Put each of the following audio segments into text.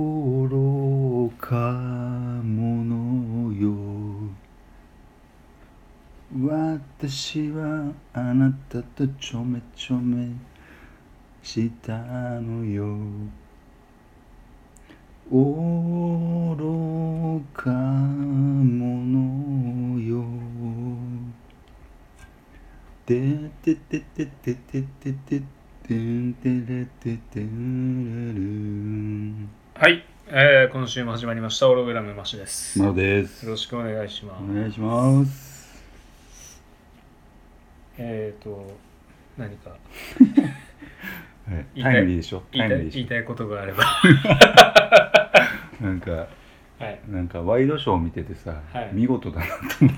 愚か者よ私はあなたとちょめちょめしたのよ愚か者よてててててててててんてれててんれるんはい、えー今週も始まりましたオログラムマシです。まよおですろしくお願いします。お願いしますえっ、と何かはいタイムリーでしょ言タイいたムいリーで言いしたいことがあ れば、ょなんかはい、なんかワイドショー見ててさ、はい見事だなと思って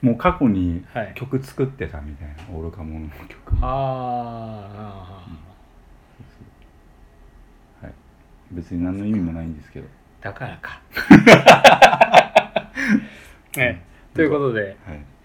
もう過去にはい。曲作ってたみたいな愚か者の曲あーあ別に何の意味もないんですけどー、だから か。ね、ということで、はい、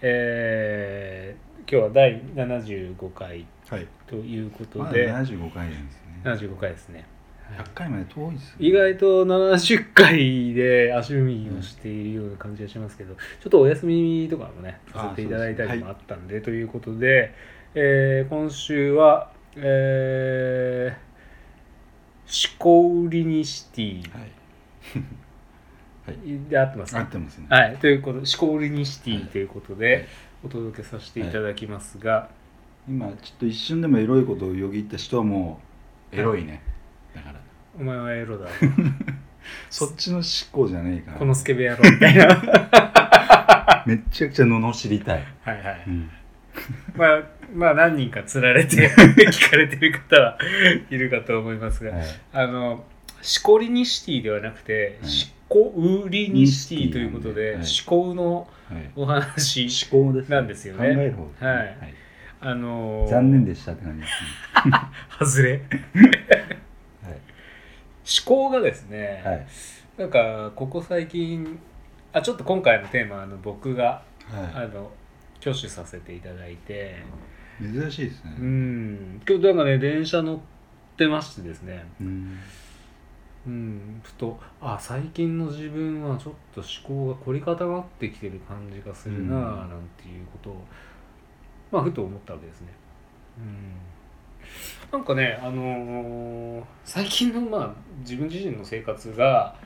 えー、今日は第75回はい、ということまだで、 75回なんですね75回ですね。はい100回まで遠いですよね意外と70回で足踏みをしているような感じがしますけど、ちょっとお休みとかもねあーさせていただいそたうりですねもあったんでということで、えー今週は、えー、シコウリニシティはいで合ってます合ねってますねはい、ということシコウリニシテはいィということで、はいお届けさせていただきますが、今ちょっと一瞬でもエロいことをよぎった人はもうエロいねだからお前はエロだそっちの思考じゃねえからこのスケベ野郎み たいなはいめっちゃくちゃ罵りたい、はいうんまあ、まあ何人か釣られて 聞かれてる方はいるかと思いますが、はいあのシコリニシティではなくて、はいシコウリニシティということで、はいシコウのはいお話思考です、なんですよね考える方ですねはいあのー残念でしたって感じです外れね、シコウがですね、はいなんかここ最近あちょっと今回のテーマあの僕がはあの挙手させていただいてい、珍しいですうね、ん今日なんかね電車乗ってましてですねうん、うん、ふとあ最近の自分はちょっと思考が凝り固まってきてる感じがするなうあんなんていうことを、まあふと思ったわけですね。うん、なんかね、あのー最近の、まあ、自分自身の生活がは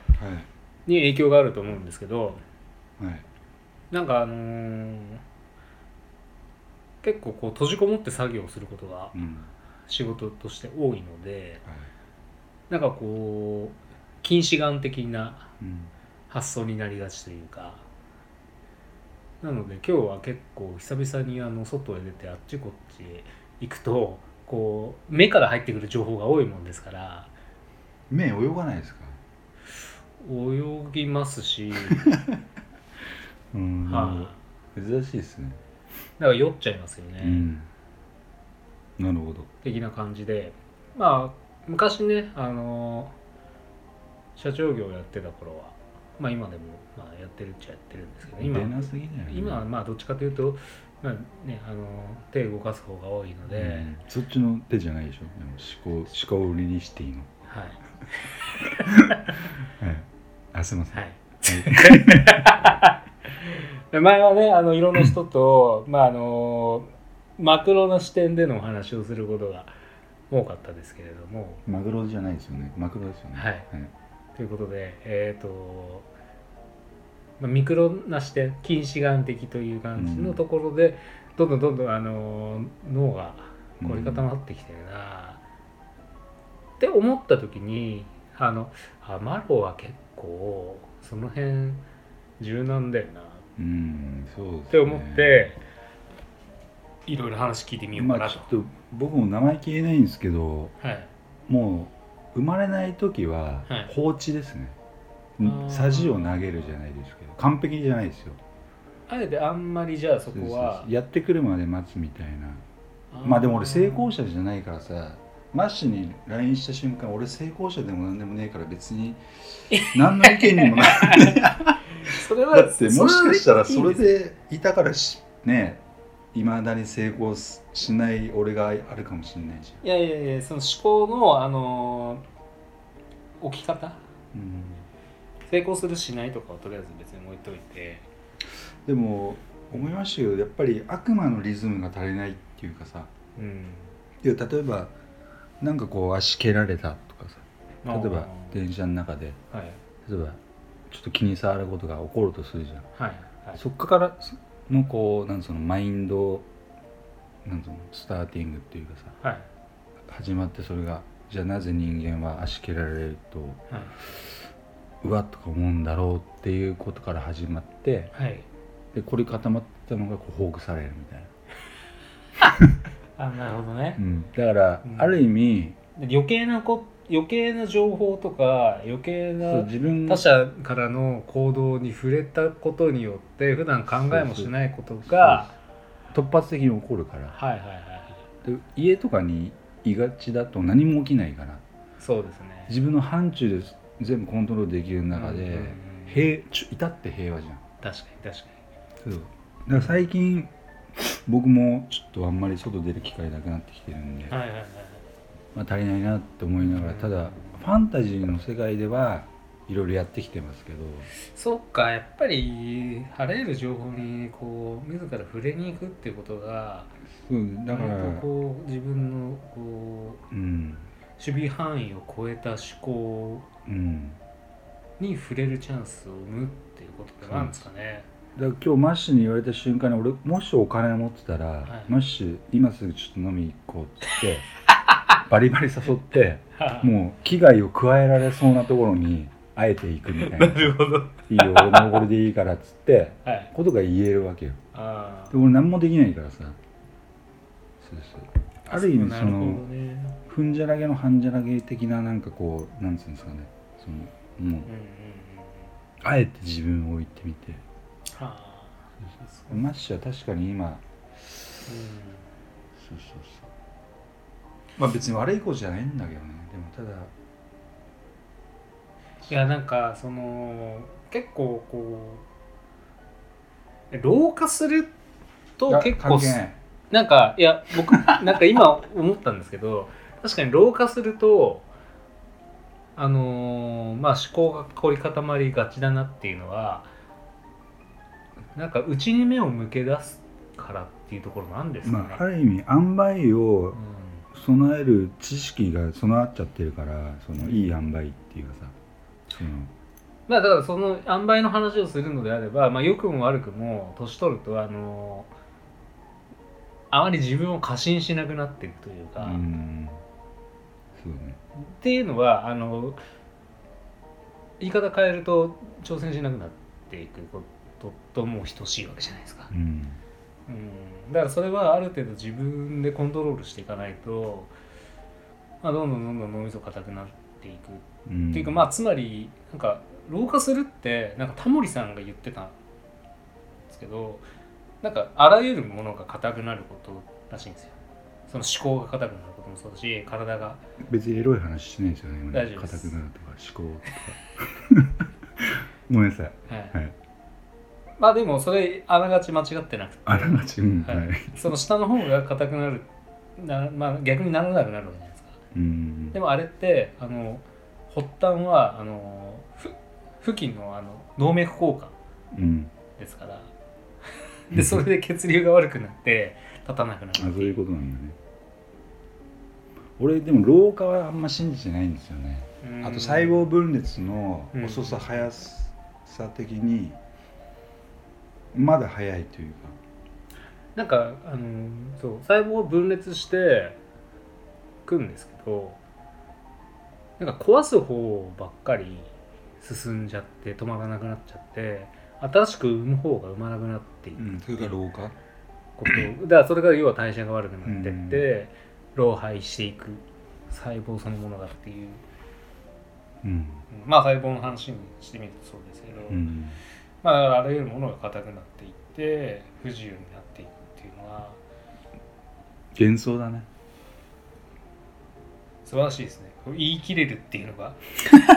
いに影響があると思うんですけどはいなんか、あのー結構こう閉じこもって作業をすることがうん仕事として多いのではいなんかこう近視眼的なうん発想になりがちというかなので今日は結構久々にあの外へ出てあっちこっちへ行くとこう目から入ってくる情報が多いもんですから目泳がないですか泳ぎま すし、うんは珍しいですね、い、だから酔っちゃいますよね、うんなるほど的な感じでまあ昔ねあの社長業やってた頃はまあ今でもまあやってるっちゃやってるんですけど今出なすぎだよね今はまあどっちかというと、まあね、あの手動かす方が多いので、うんそっちの手じゃないでしょでも思考思考リニシティの、はいはい、あすいません、はい。前はねあのいろんな人と、まああのマクロな視点でのお話をすることが多かったですけれどもマグロじゃないですよねマクロですよねはいということでえっ、と、まあ、ミクロな視点近視眼的という感じのところで、どんどんどんどんあの脳が凝り固まってきてるな、って思った時にあのあマロは結構その辺柔軟だよなっうんそうです、ね、って思って、いろいろ話聞いてみようかまなあとちょっ、と僕も名前言えないんですけどはいもう生まれない時ははい放置ですね、あーさじを投げるじゃないですけど完璧じゃないですよあえてあんまりじゃあそこそうそうはそうやってくるまで待つみたいなまあでも俺成功者じゃないからさマッシュに LINE した瞬間俺成功者でも何でもねえから別 に何の意見にもなそれはだってもしかしたらそれいいんですでいたからしねいまだに成功しない俺があるかもしれないじいやいやいやその思考のあのー置き方うん、成功するしないとかはとりあえず別に置いといてでも思いましたけどやっぱり悪魔のリズムが足りないっていうかさうんいや例えばなんかこう足蹴られたとかさ例えば電車の中であーはい例えばちょっと気に障ることが起こるとするじゃん、はいはいそっからのこうなんそのマインドなんそのスターティングっていうかさはい始まってそれがじゃあなぜ人間は足蹴られるとはうわっとか思うんだろうっていうことから始まっていはいで凝り固まったのがこうほぐされるみたいな、あなるほどねう、ん、だから、うんある意味で余計なこ余計な情報とか余計そうな自分他者からの行動に触れたことによって普段考えもしないことが突発的に起こるからはいはいはいはいで家とかにいがちだと何も起きないからそうですね自分の範疇で全部コントロールできる中で、うんうんうん平ちょ至って平和じゃん確かに確かそうだから最近僕もちょっとあんまり外出る機会なくなってきてるんで、にはいはいはいまあ、足りないなって思いながらうんただファンタジーの世界ではいろいろやってきてますけどそっかやっぱりあらゆる情報にこう自ら触れに行くっていうことがそうだから割とこう自分のこううん守備範囲を超えた思考うんに触れるチャンスを生むっていうことなんですかねだから今日マッシュに言われた瞬間に俺もしお金を持ってたら、はいマッシュ今すぐちょっと飲み行こうって言って バリバリ誘って もう危害を加えられそうなところにあえて行くみたいな「いほどいよ俺のおごりでいいから」っつってはいことが言えるわけよあで俺何もできないからさそうそうある意味なそるほどのねふんじゃらげの半じゃらげ的ななんかこうなんつうんですかねそのもううんうんうんあえて自分を置いてみてはあそうマッシュは確かに今うんそうそうそうまあ別に悪いことじゃないんだけどねでもただいやなんかその結構こう老化するとあ結関構係ないなんかいや僕なんか今思ったんですけど確かに老化するとあのーまあ思考が凝り固まりがちだなっていうのはなんか内に目を向け出すからっていうところなんですかね。まあある意味塩梅をうん備える知識が備わっちゃってるからそのいい塩梅っていうかさそのまあだからその塩梅の話をするのであれば、まあ、良くも悪くも年取るとあのあまり自分を過信しなくなっていくといううか、っんそうねていうのはあの言い方変えると挑戦しなくなっていくこととも等しいわけじゃないですか、うんうん、だからそれはある程度自分でコントロールしていかないと、まあ、どんどんどんどん脳みそ硬くなっていくうんっていうかまあつまりなんか老化するってなんかタモリさんが言ってたんですけどなんかあらゆるものが硬くなることらしいんですよその思考が硬くなることもそうだし体が別にエロい話してないですよね大丈夫です硬くなるとか思考とか ごめんなさいはい、はいまあでもそれあながち間違ってなくて あながちうんは、はいいその下の方が硬くなるな、まあ、逆にならなくなるわけじゃないですかうんでもあれってあの発端はあのふ付近のあの動脈硬化うんで すからでそれで血流が悪くなって立たなくなるあそういうことなんだね俺でも老化はあんま信じてないんですよねうんあと細胞分裂のうん遅さ速さ的にまだ早いというかなんかあのそう細胞を分裂してくんですけどなんか壊す方ばっかり進んじゃって止まらなくなっちゃって新しく産む方が産まなくなっていくそれが老化ことだからそれが要は代謝が悪くなってって、老廃していく細胞そのものがっていう、うんうんまあ細胞の話にしてみるとそうですけど、うんまあ、だからあらゆるものが硬くなっていって不自由になっていくっていうのは幻想だね素晴らしいですね言い切れるっていうのが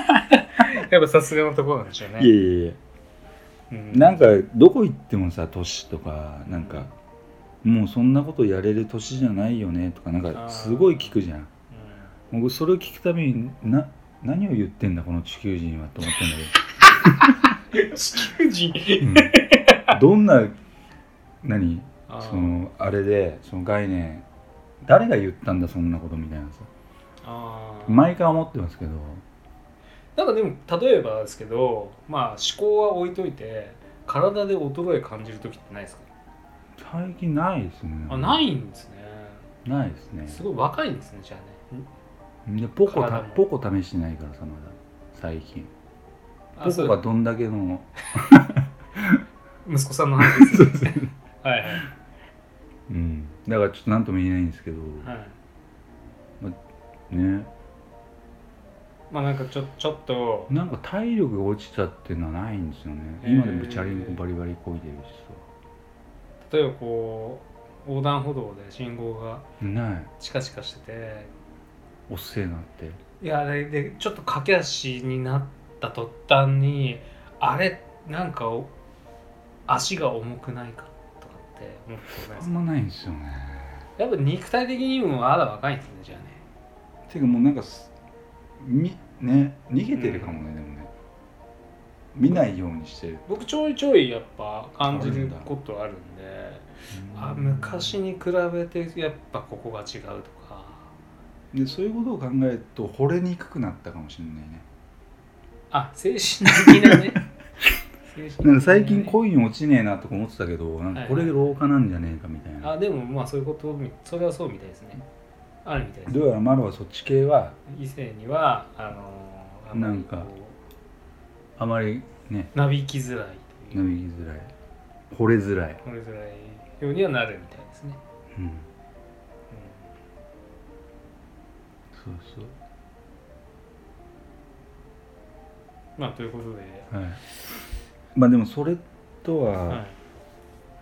やっぱさすがのところなんでしょうねいやいやいやうんなんか どこ行ってもさ年とかなんかもうそんなことやれる年じゃないよねとかなんあかーすごい聞くじゃんう僕それを聞くためにな何を言ってんだこの地球人はと思ったんだ地球人けど、うん、どんな何あそのあれでその概念誰が言ったんだそんなことみたいなさあー毎回思ってますけどなんかでも例えばですけどまあ思考は置いといて体で衰え感じる時ってないですか最近ないですねあないんですねないですねすごい若いんですねじゃあねでポコた体もポコ試してないからさまだ最近あポそコうがどんだけの息子さんの話 ですねはいはいうんだからちょっと何とも言えないんですけど、はいねまあなんかちょちょっとなんか体力が落ちたっていうのはないんですよねへー今でもチャリンコバリバリこいでるし例えばこう横断歩道で信号がさないチカチカしてておっせえなっていやででちょっと駆け足になった途端にあれなんかお足が重くないかとかって思ってことないであすんかまないんですよねやっぱ肉体的にもまだ若いんですねじゃあねていうかもうなんかすみね逃げてるかもね、でもね見ないようにしてる、僕ちょいちょいやっぱ感じあるるんだことあるんであ昔に比べてやっぱここが違うとかでそういうことを考えると惚れにくくなったかもしれないねあ精神的 なね精神的ななんねか最近恋に落ちねえなとか思ってたけどなんかこれはい老化なんじゃねえかみたいな、あでもまあそういうことみそれはそうみたいですねあるみたいですどうやらマロはそっち系は異性にはあのーあまりなんかこあまりねうなびきづらいと伸いうびきづらい惚れづらい、これづらいようにはなるみたいですね、うん、そうそうん、まあということで、うはいまあでもそれとは、はい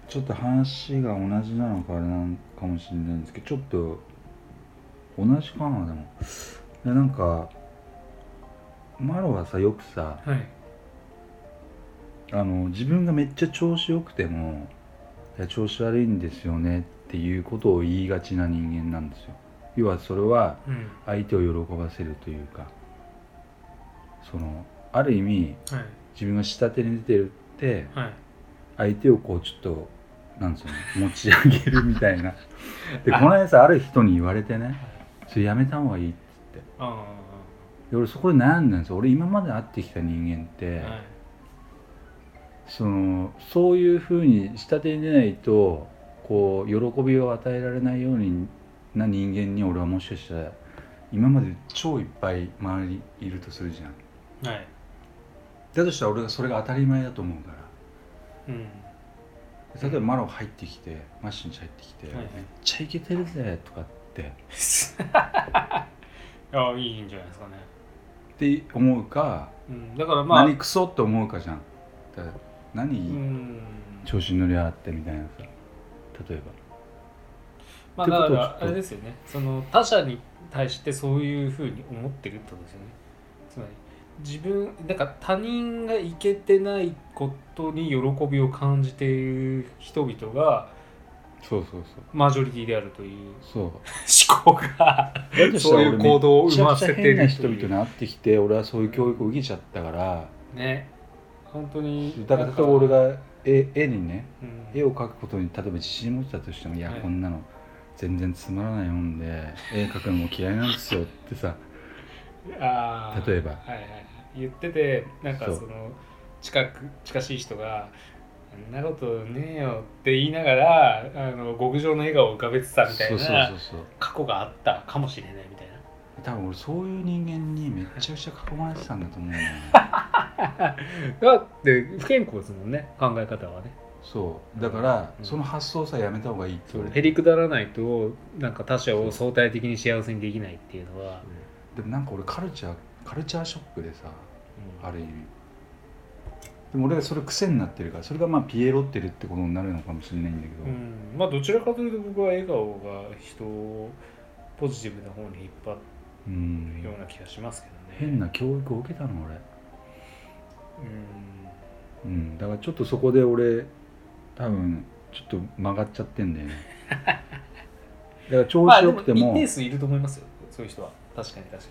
ちょっと話が同じなのかあれなのかもしれないんですけどちょっと同じかなでもいやなんかマロはさよくさはい、あの自分がめっちゃ調子よくてもいや調子悪いんですよねっていうことを言いがちな人間なんですよ要はそれはうん相手を喜ばせるというかそのある意味はい自分が下手に出てるってはい相手をこうちょっとなんですよね持ち上げるみたい なでこの間さある人に言われてねそれやめた方がいいってあで俺そこで悩んだんですよ俺今まで会ってきた人間って、あはいそのそういうふうに下手に出ないとこう喜びを与えられないようにな人間に俺はもしかしたら今まで超いっぱい周りにいるとするじゃんはいだとしたら俺がそれが当たり前だと思うからうん例えばマロ入ってきてマッシュンち入ってきて、はいはいめっちゃイケてるぜとかってああいいんじゃないですかね、って思うか、うん、だからまあ何クソって思うかじゃんだから何、うん調子に乗りやがってみたいなさ例えばまあってこだかとをらちょっとあれですよねその他者に対してそういうふうに思ってるってことですよねつまり自分なんか他人がいけてないことに喜びを感じている人々がそうそうそうマジョリティであるというそう思考が そういう行動を生まめちゃせてるくちゃ変な人々に会ってきて俺はそういう教育を受けちゃったからね本当にだから例えば俺、が絵絵にねうん絵を描くことに例えば自信持ってたとしてもいやはいこんなの全然つまらないもんで絵描くのも嫌いなんですよってさあー例えばはいはいはい、言っててなんかそうその近く近しい人が「そんなことねえよ」って言いながらあの極上の笑顔を浮かべてたみたいそうそうなそうそう過去があったかもしれないみたいな多分俺そういう人間にめちゃくちゃ囲まれてたんだと思うんだよね だって不健康ですもんね考え方はねそうだからうんその発想さやめた方がいいって言われてへりくだらないとなんか他者を相対的に幸せにできないっていうのは、でもなんか俺カルチャーカルチャーショックでさうんある意味でも俺がそれ癖になってるからそれがまあピエロってるってことになるのかもしれないんだけど、うんまあどちらかというと僕は笑顔が人をポジティブな方に引っ張うんるような気がしますけどね変な教育を受けたの俺、うんうん、だからちょっとそこで俺多分ちょっと曲がっちゃってんだよねだから調ま子あでよもくて一も,、定数いると思いますよそういう人は確かに確か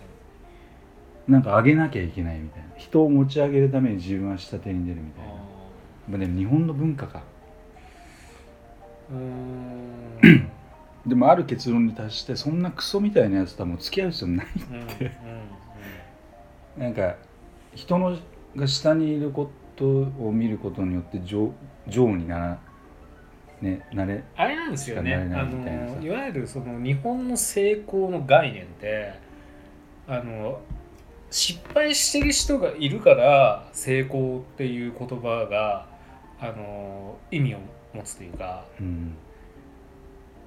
なんか上げなきゃいけないみたいな人を持ち上げるために自分は下手に出るみあたいなまあでも日本の文化かーうーんでもある結論に達してそんなクソみたいなやつとはもう付き合う必要ない うんうんなんか人のが下にいることを見ることによって女女王にならねなれ あれなんですよねしかなあれないみたいなさのいわゆるその日本の成功の概念ってあの失敗してる人がいるから成功っていう言葉があの意味を持つというかうん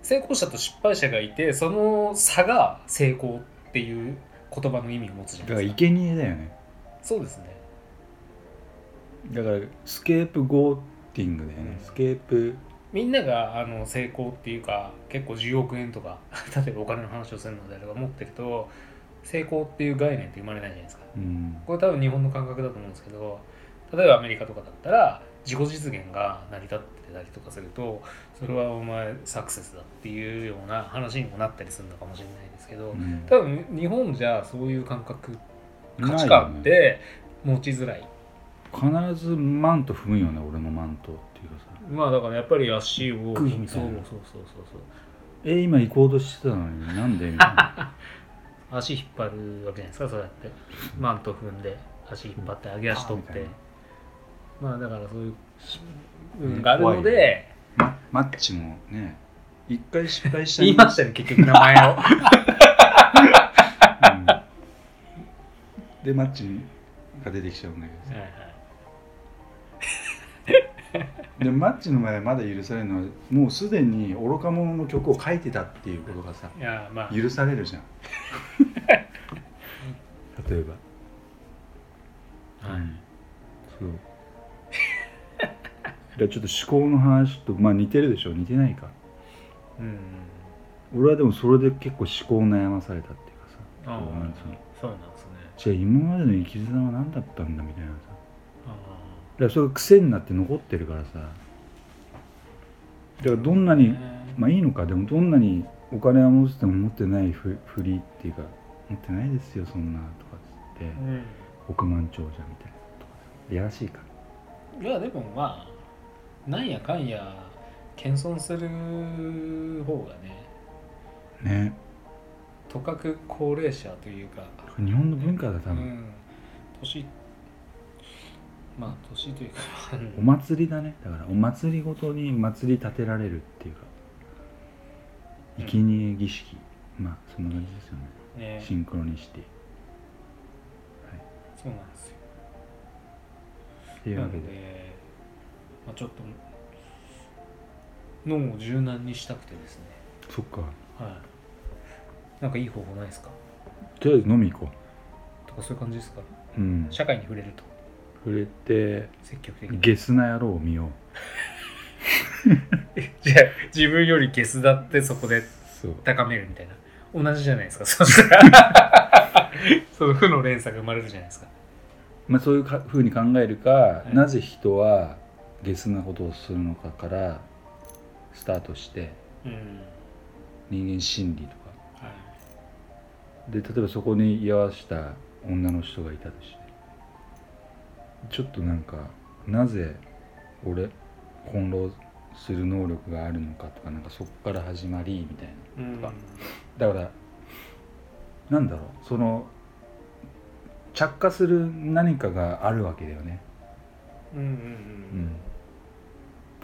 成功者と失敗者がいてその差が成功っていう言葉の意味を持つじゃだなかいらですか生贄だよねそうですねだからスケープゴーティングだよね、うんスケープみんながあの成功っていうか結構10億円とか 例えばお金の話をするのであれば持ってると成功っていう概念って生まれないじゃないですかうんこれ多分日本の感覚だと思うんですけど例えばアメリカとかだったら自己実現が成り立ってたりとかするとそれはお前サクセスだっていうような話にもなったりするのかもしれないですけどうん多分日本じゃそういう感覚価な値いよ観っねて持ちづらい必ずマント踏むよね俺もマントっていうかさまあだからやっぱり足をグイみたいなそうそうそうそうえ今行こうとしてたのになんでみたい な足引っ張るわけじゃないですかそうやってマント踏んで足引っ張って上げ足取っうんてまあだからそういう部ね分があるの怖いでまマッチもね一回失敗 した言いましたね結局名前をた、うんでマッチが出てきちゃうんだけどさでマッチの前まだ許されるのはもうすでに愚か者の曲を書いてたっていうことがさいやまあ許されるじゃん 例えばうんそう。 じゃあちょっと思考の話とまあ似てるでしょ似てないか。うん俺はでもそれで結構思考を悩まされたっていうかさ。ああこうなんつうのそうなんですねじゃあ今までの生き様は何だったんだみたいなさ。あだからそれが癖になって残ってるからさ。だからどんなあに、まあいいのか、でもどんなにお金は持ってても持ってないふふりっていうか、持ってないですよそんなとかっつって、うん億万長者みたいなとかさ。いやらしいから。いやでもまあなんやかんや謙遜する方がねね。とかく高齢者というか日本の文化だ多う分。ん年まあ年というかお祭りだねだからお祭りごとに祭り立てられるっていうかうん生贄儀式まあそんな感じですよねねシンクロニシティそうなんですよっていうなわのけでで、まあ、ちょっと脳を柔軟にしたくてですねそっかはいなんかいい方法ないですかとりあえず飲み行ことかそういう感じですかううん社会に触れると触れて積極的にゲスな野郎を見ようじゃあ自分よりゲスだってそこでそう高めるみたいな同じじゃないですかそした らその負の連鎖が生まれるじゃないですかまあそういうかふうに考えるか、いなぜ人はゲスなことをするのかからスタートしてうん人間心理とかはいで例えばそこに居合わせた女の人がいたとしてちょっとなんかなぜ俺翻弄する能力があるのかとかなんかそこから始まりみたいなうんだからなんだろうその着火する何かがあるわけだよねうんうんうんうん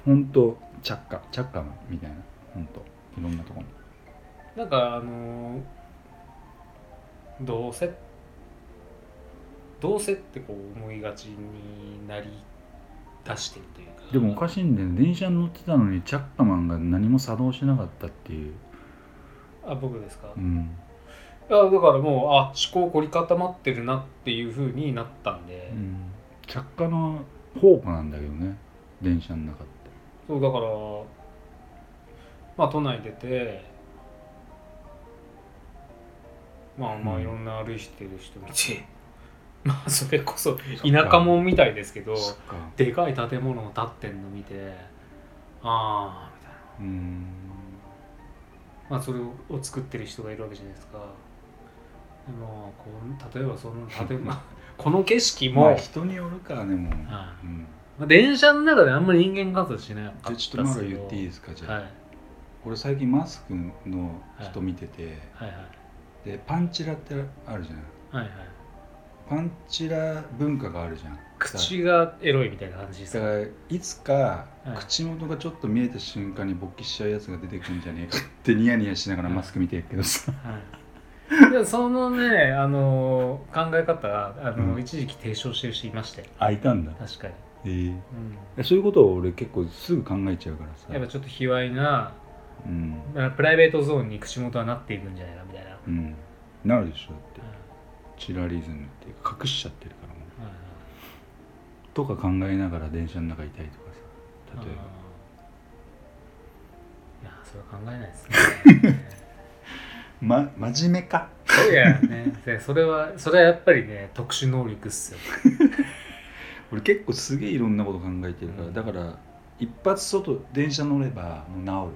本当着火着火マンみたいな本当いろんなところになんかあのーどうせどうせってこう思いがちになり出してるというかでもおかしいんだよね電車に乗ってたのに着火マンが何も作動しなかったっていうあ僕ですか、うんいやだからもうあ思考凝り固まってるなっていう風になったんで、うん着火の宝庫なんだけどね電車の中ってそうだからまあ都内出てまあまうあんいろんな歩いてる 人道、まあそれこそ田舎もんみたいですけどそっかでかい建物を建ってんの見てああみたいなうんまあそれを作ってる人がいるわけじゃないですかでもこう例えばその例 えばこの景色まも、あ人によるからねもう、ああうん、まあ、電車の中であんまり人間観察しなかっじゃあたっちょっとまだ言っていいですかじゃあ、はい俺最近マスクの人見てて、はいはいでパンチラってあるじゃんはいはいパンチラ文化があるじゃん口がエロいみたいな感じですだかからいつかはい口元がちょっと見えた瞬間に勃起しちゃうやつが出てくるんじゃねえかって ニヤニヤしながらマスク見てるけどさはい、でもそのね、あのー考え方があのー、うん一時期提唱してる人いましたよ開いたんだ確かに、えーうえそういうことを俺結構すぐ考えちゃうからさん、やっぱちょっと卑猥なうん、あプライベートゾーンに口元はなっていくんじゃないかみたいな、うんうん、なるでしょだってチラリズムっていうか隠しちゃってるからもううんとか考えながら電車の中いたりとかさ例えばうんいやそれは考えないですね ま真面目かいやねでそれはそれはやっぱりね特殊能力っすよ俺結構すげえいろんなこと考えてるから、うんだから一発外電車乗ればもう治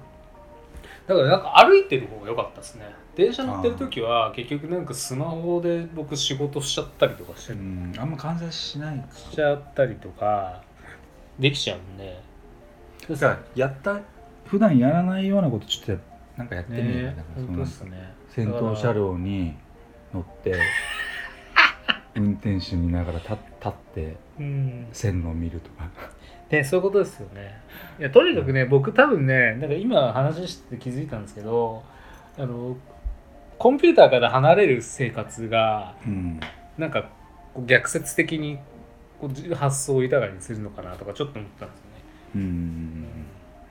るだからなんか歩いてる方が良かったですね電車乗ってる時は結局なんかスマホで僕仕事しちゃったりとかしてうんあんま感染しないかしちゃったりとかできちゃうんでだからやった普段やらないようなことちょっとやなんかやってみるよねだからその本当っすね先頭車両に乗って運転手見ながら立立ってうん線路を見るとかね、そういうことですよね。いやとにかくね、僕多分ね、なんか今話してて気づいたんですけど、あの、コンピューターから離れる生活が、うんなんかこう逆説的にこうじ発想を豊かにするのかなとかちょっと思ったんですよね。うんうん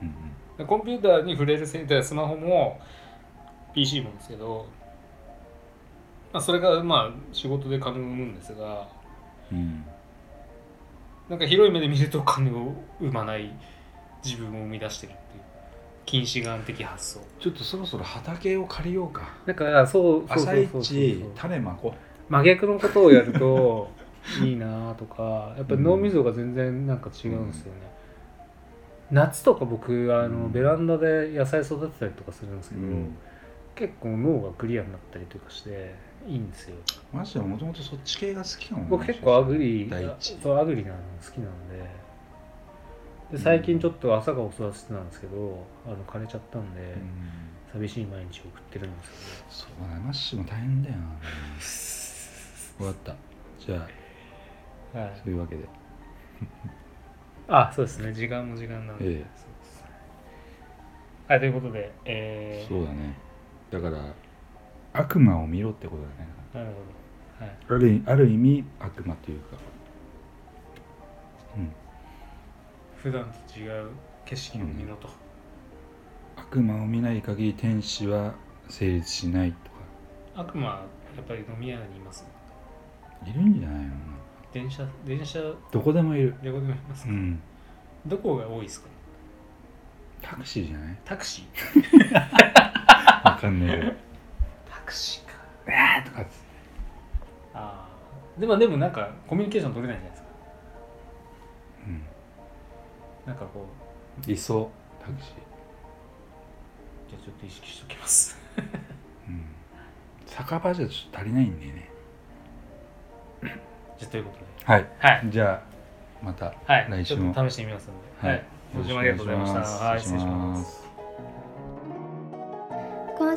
うんでコンピューターに触れるせいでスマホも PC もですけど、まあ、それがまあ仕事で金を生むんですがうんうんなんか広い目で見ると金を生まない自分を生み出してるっていう近視眼的発想ちょっとそろそろ畑を借りようかだからそうそう朝そうそう一種まこ真逆のことをやると いいなとかやっぱり脳みそが全然なんか違うんですよね、夏とか僕あうのんベランダで野菜育てたりとかするんですけど、うん結構脳がクリアになったりとかしていいんですよマジでもともとそっち系が好きかも僕結構アグリ第一そうアグリなの好きなんでで最近ちょっと朝が育ててたんですけどあの枯れちゃったんで、うん寂しい毎日を送ってるんですけどそうだねマッシュも大変だよな終わったじゃあはいそういうわけであそうですね時間も時間なんで、ええそうですねはいということでえーそうだねだから悪魔を見ろってことだねなるほど、はい、あるある意味悪魔というかうん普段と違う景色を見ろと、悪魔を見ない限り天使は成立しないと悪魔はやっぱり飲み屋にいますかいるんじゃないの電車電車どどこでもいるこでもいますうか、んどこが多いですかタクシーじゃないタクシーわかんないけどタクシーかあーとかっつってああでもでもなんかコミュニケーション取れないじゃないですかうんなんかこ理想タクシーうじゃあちょっと意識しておきます うん酒場じゃちょっと足りないんだよねじゃあということではいはいじゃあまたはい来ち週ょもっと試してみますのではい、ご視聴あありりががととううごござざいいましたましたはい失礼します今